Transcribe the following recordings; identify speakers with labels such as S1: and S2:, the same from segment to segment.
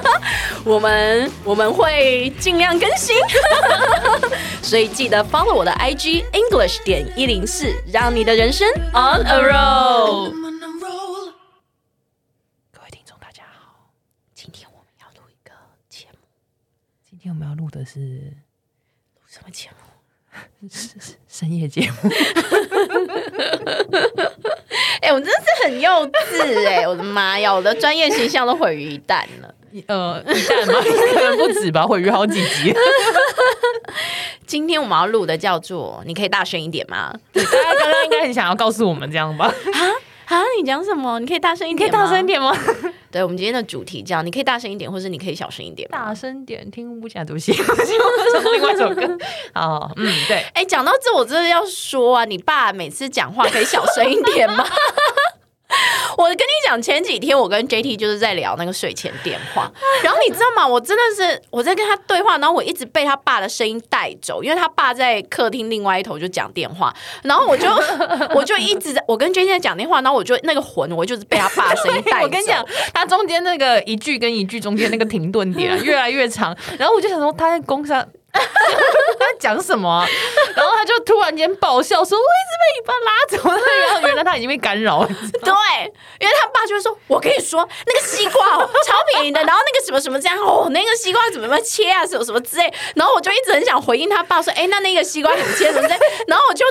S1: 我们我们会尽量更新， 所以记得 follow 我的 IG English 点一零四，让你的人生 on a roll。
S2: roll 各位听众，大家好，
S1: 今天我们要录一个节目，
S2: 今天我们要录的是
S1: 录什么节目？
S2: 深夜节目，
S1: 哎、我真的是很幼稚哎、我的妈呀，我的专业形象都毁于一旦了。
S2: 呃，一旦吗？可能不止吧，会约好几 集。
S1: 今天我们要录的叫做，你可以大声一点吗？
S2: 大家刚刚应该很想要告诉我们这样 吧？哎
S1: 啊，你讲什么？你可以大声一点，
S2: 一。点吗？
S1: 对，我们今天的主题叫，你可以大声一点，或是你可以小声一点吗。
S2: 大声点，听不见，对不起， 我想说另外一首歌。哦，嗯，对，
S1: 哎、讲到这，我真的要说啊，你爸每次讲话可以小声一点吗？ 我跟你讲，前几天我跟 JT 就是在聊那个睡前电话，然后你知道吗？我真的是我在跟他对话，然后我一直被他爸的声音带走，因为他爸在客厅另外一头就讲电话，然后我就我就一直在我跟 JT 在讲电话，然后我就那个魂，我就是被他爸的声音带走。
S2: 我跟你讲，他中间那个一句跟一句中间那个停顿点 啊、越来越长，然后我就想说他在工商。 他在讲什么啊、然后他就突然间爆笑说：“我一直被你爸拉走。”然后原来他已经被干扰了。
S1: 对，因为他爸就会说：“我跟你说，那个西瓜哦，超便宜的，然后那个什么什么这样哦，那个西瓜怎么怎么切啊，什么什么之类。”然后我就一直很想回应他爸说：“哎，那那个西瓜怎么切什么之类。”然后我就。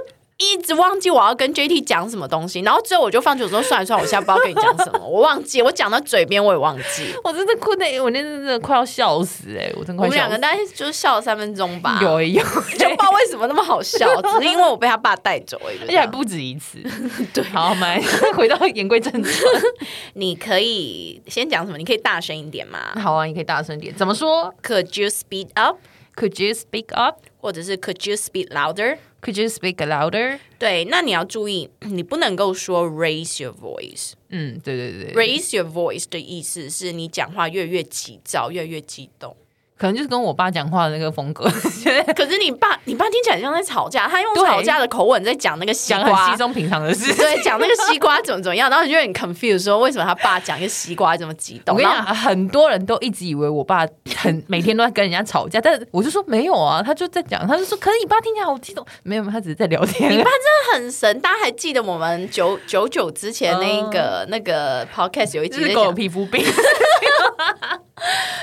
S1: 一直忘记我要跟 JT 讲什么东西，然后最后我就放弃，我说算了算了，我现在不知道跟你讲什么，我忘记，我讲到嘴边我也忘记。
S2: 我真的哭的，我那真的快要笑死哎、我真
S1: 我
S2: 快
S1: 们
S2: 笑
S1: 两
S2: 死
S1: 个。大概就是笑了三分钟吧，
S2: 有欸 有，
S1: 就不知道为什么那么好笑，只是因为我被他爸带走而已。就
S2: 而
S1: 这
S2: 且还
S1: 样
S2: 不止一 次。
S1: 对，
S2: 好，我们来 回到言归正传。
S1: 你可以先讲什么？你可以大声一点吗
S2: 好啊，你可以大声点。怎么说
S1: ？Could you speed up？
S2: ？Could you speak up?
S1: 或者是 Could you speak louder？
S2: Could you speak louder?
S1: 对，那你要注意， 你不能够说 raise your voice。
S2: 嗯，对对对，
S1: raise your voice 的意思是你讲话越来越急躁，越来越激动。
S2: 可能就是跟我爸讲话的那个 风格，
S1: 可是你爸，你爸听起来像在吵架，他用
S2: 对
S1: 吵架的口吻在讲那个西
S2: 讲很稀
S1: 瓜。
S2: 松平常的事。
S1: 对，讲那个西瓜怎么怎么样，然后你就很 confused，说为什么他爸讲一个西瓜这么激
S2: 我
S1: 动？
S2: 跟你
S1: 然后
S2: 讲，很多人都一直以为我爸很 每天都在跟人家吵架，但我就说没有啊，他就在讲，他就说，可是你爸听起来好激动，没有，没有他只是在聊天。你爸
S1: 很神，大家还记得我们九九九之前那一个、那个 podcast 有一集
S2: 只
S1: 在
S2: 是嗯狗有
S1: 讲，
S2: 皮 肤病，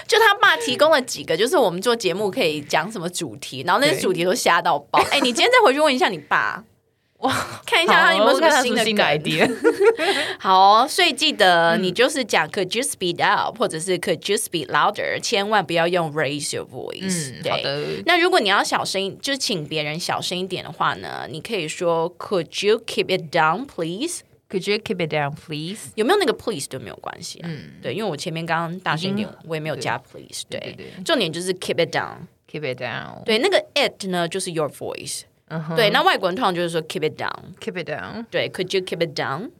S1: 就他爸提供了几个，就是我们做节目可以讲什么主题，然后那些
S2: 对
S1: 主题都吓到 爆。哎、你今天再回去问一下你爸，哇，看一下他有没有什么新
S2: 新
S1: 的嗯
S2: 新的
S1: 梗
S2: idea？
S1: 好哦、所以记得你就是讲 Could you speed up，或者是 Could you speak louder，千万不要用 raise your voice、
S2: 嗯，好
S1: 对。
S2: 的。
S1: 那如果你要小声一，就请别人小声一点的话呢，你可以说 Could you keep it down, please？
S2: Could you keep it down, please？
S1: 有没有那个 please 都没有关系、啊。嗯，对，因为我前面刚刚大声一点，我也没有加 please 对。
S2: 对对
S1: 重点就是 keep it down。
S2: Keep it down，
S1: 对，那个 it 呢就是 your voice。
S2: 嗯哼
S1: 对，那外国人通常就是说 keep it down。
S2: ，Keep it down，
S1: 对，Could you keep it down？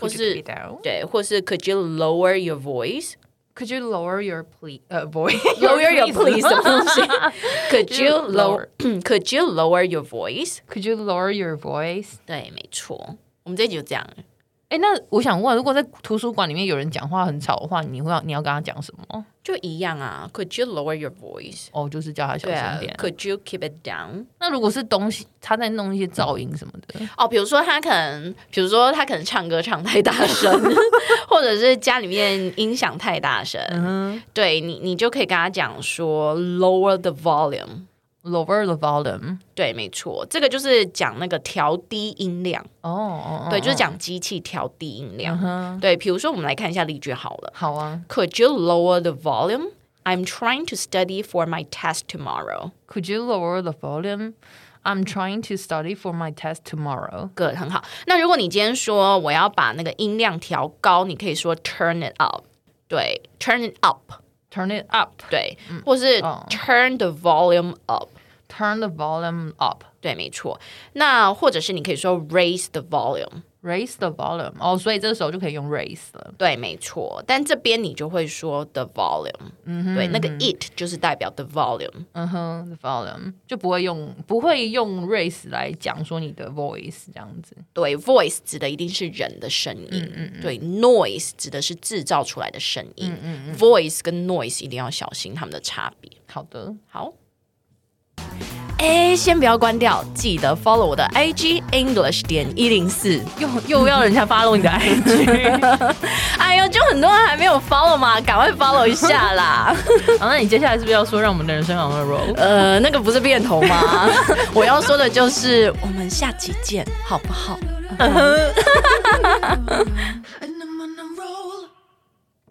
S1: 或
S2: Could
S1: 是
S2: you keep it down？Could
S1: 对，或是 Could you lower your voice？
S2: you lower your please 呃 voice？
S1: lower your please 的东西。Could you
S2: Just
S1: lower? Could you lower your voice?
S2: Could you lower your voice？
S1: 对，没错，我们这一集就这样。
S2: 哎，那我想问，如果在图书馆里面有人讲话很吵的话，你会要你要跟他讲什么？
S1: 就一样啊，Could you lower your voice？
S2: 哦，就是叫他小
S1: 对啊
S2: 声点。
S1: ，Could you keep it down？
S2: 那如果是东西，他在弄一些噪音什么的，
S1: 哦，比如说他可能，比如说他可能唱歌唱太大声， 或者是家里面音响太大声，对你，你就可以跟他讲说 lower the volume。
S2: lower the volume。
S1: 对，没错，这个就是讲那个调低音量，
S2: 哦哦，哦
S1: 对，就是。讲机器调低音量。
S2: 嗯
S1: 对，比如说我们来看一下例句好了。
S2: 好啊
S1: Could you lower the volume? I'm trying to study for my test tomorrow.
S2: ，Could you lower the volume? I'm trying to study for my test tomorrow.
S1: Good，很好。那如果你今天说我要把那个音量调高，你可以说 turn it up。对，turn it up。
S2: turn it up，
S1: 对，或是
S2: 哦
S1: turn the volume up。
S2: turn the volume up。
S1: 对，没错。那或者是你可以说 raise the volume，
S2: Raise the volume 哦，所以这个时候就可以用 raise 了。
S1: 对，没错。但这边你就会说 the volume，、对，那个 it 就是代表 the volume，
S2: 嗯哼，the volume 就不会用不会用 raise 来讲说你的 voice 这样子。
S1: 对，voice 指的一定是人的声音，对，noise 指的是制造出来的声音、v o i c e 跟 noise 一定要小心它们的差别。
S2: 好的，
S1: 好。哎，先不要关掉，记得 follow 我的 IG English 点一零四。
S2: 又又要人家发动你的 IG。
S1: 哎呦，就很多人还没有 follow 嘛，赶快 follow 一下啦。
S2: 好，那你接下来是不是要说让我们的人生好好 roll？
S1: 呃，那个不是变头吗？我要说的就是，我们下期见，好不好？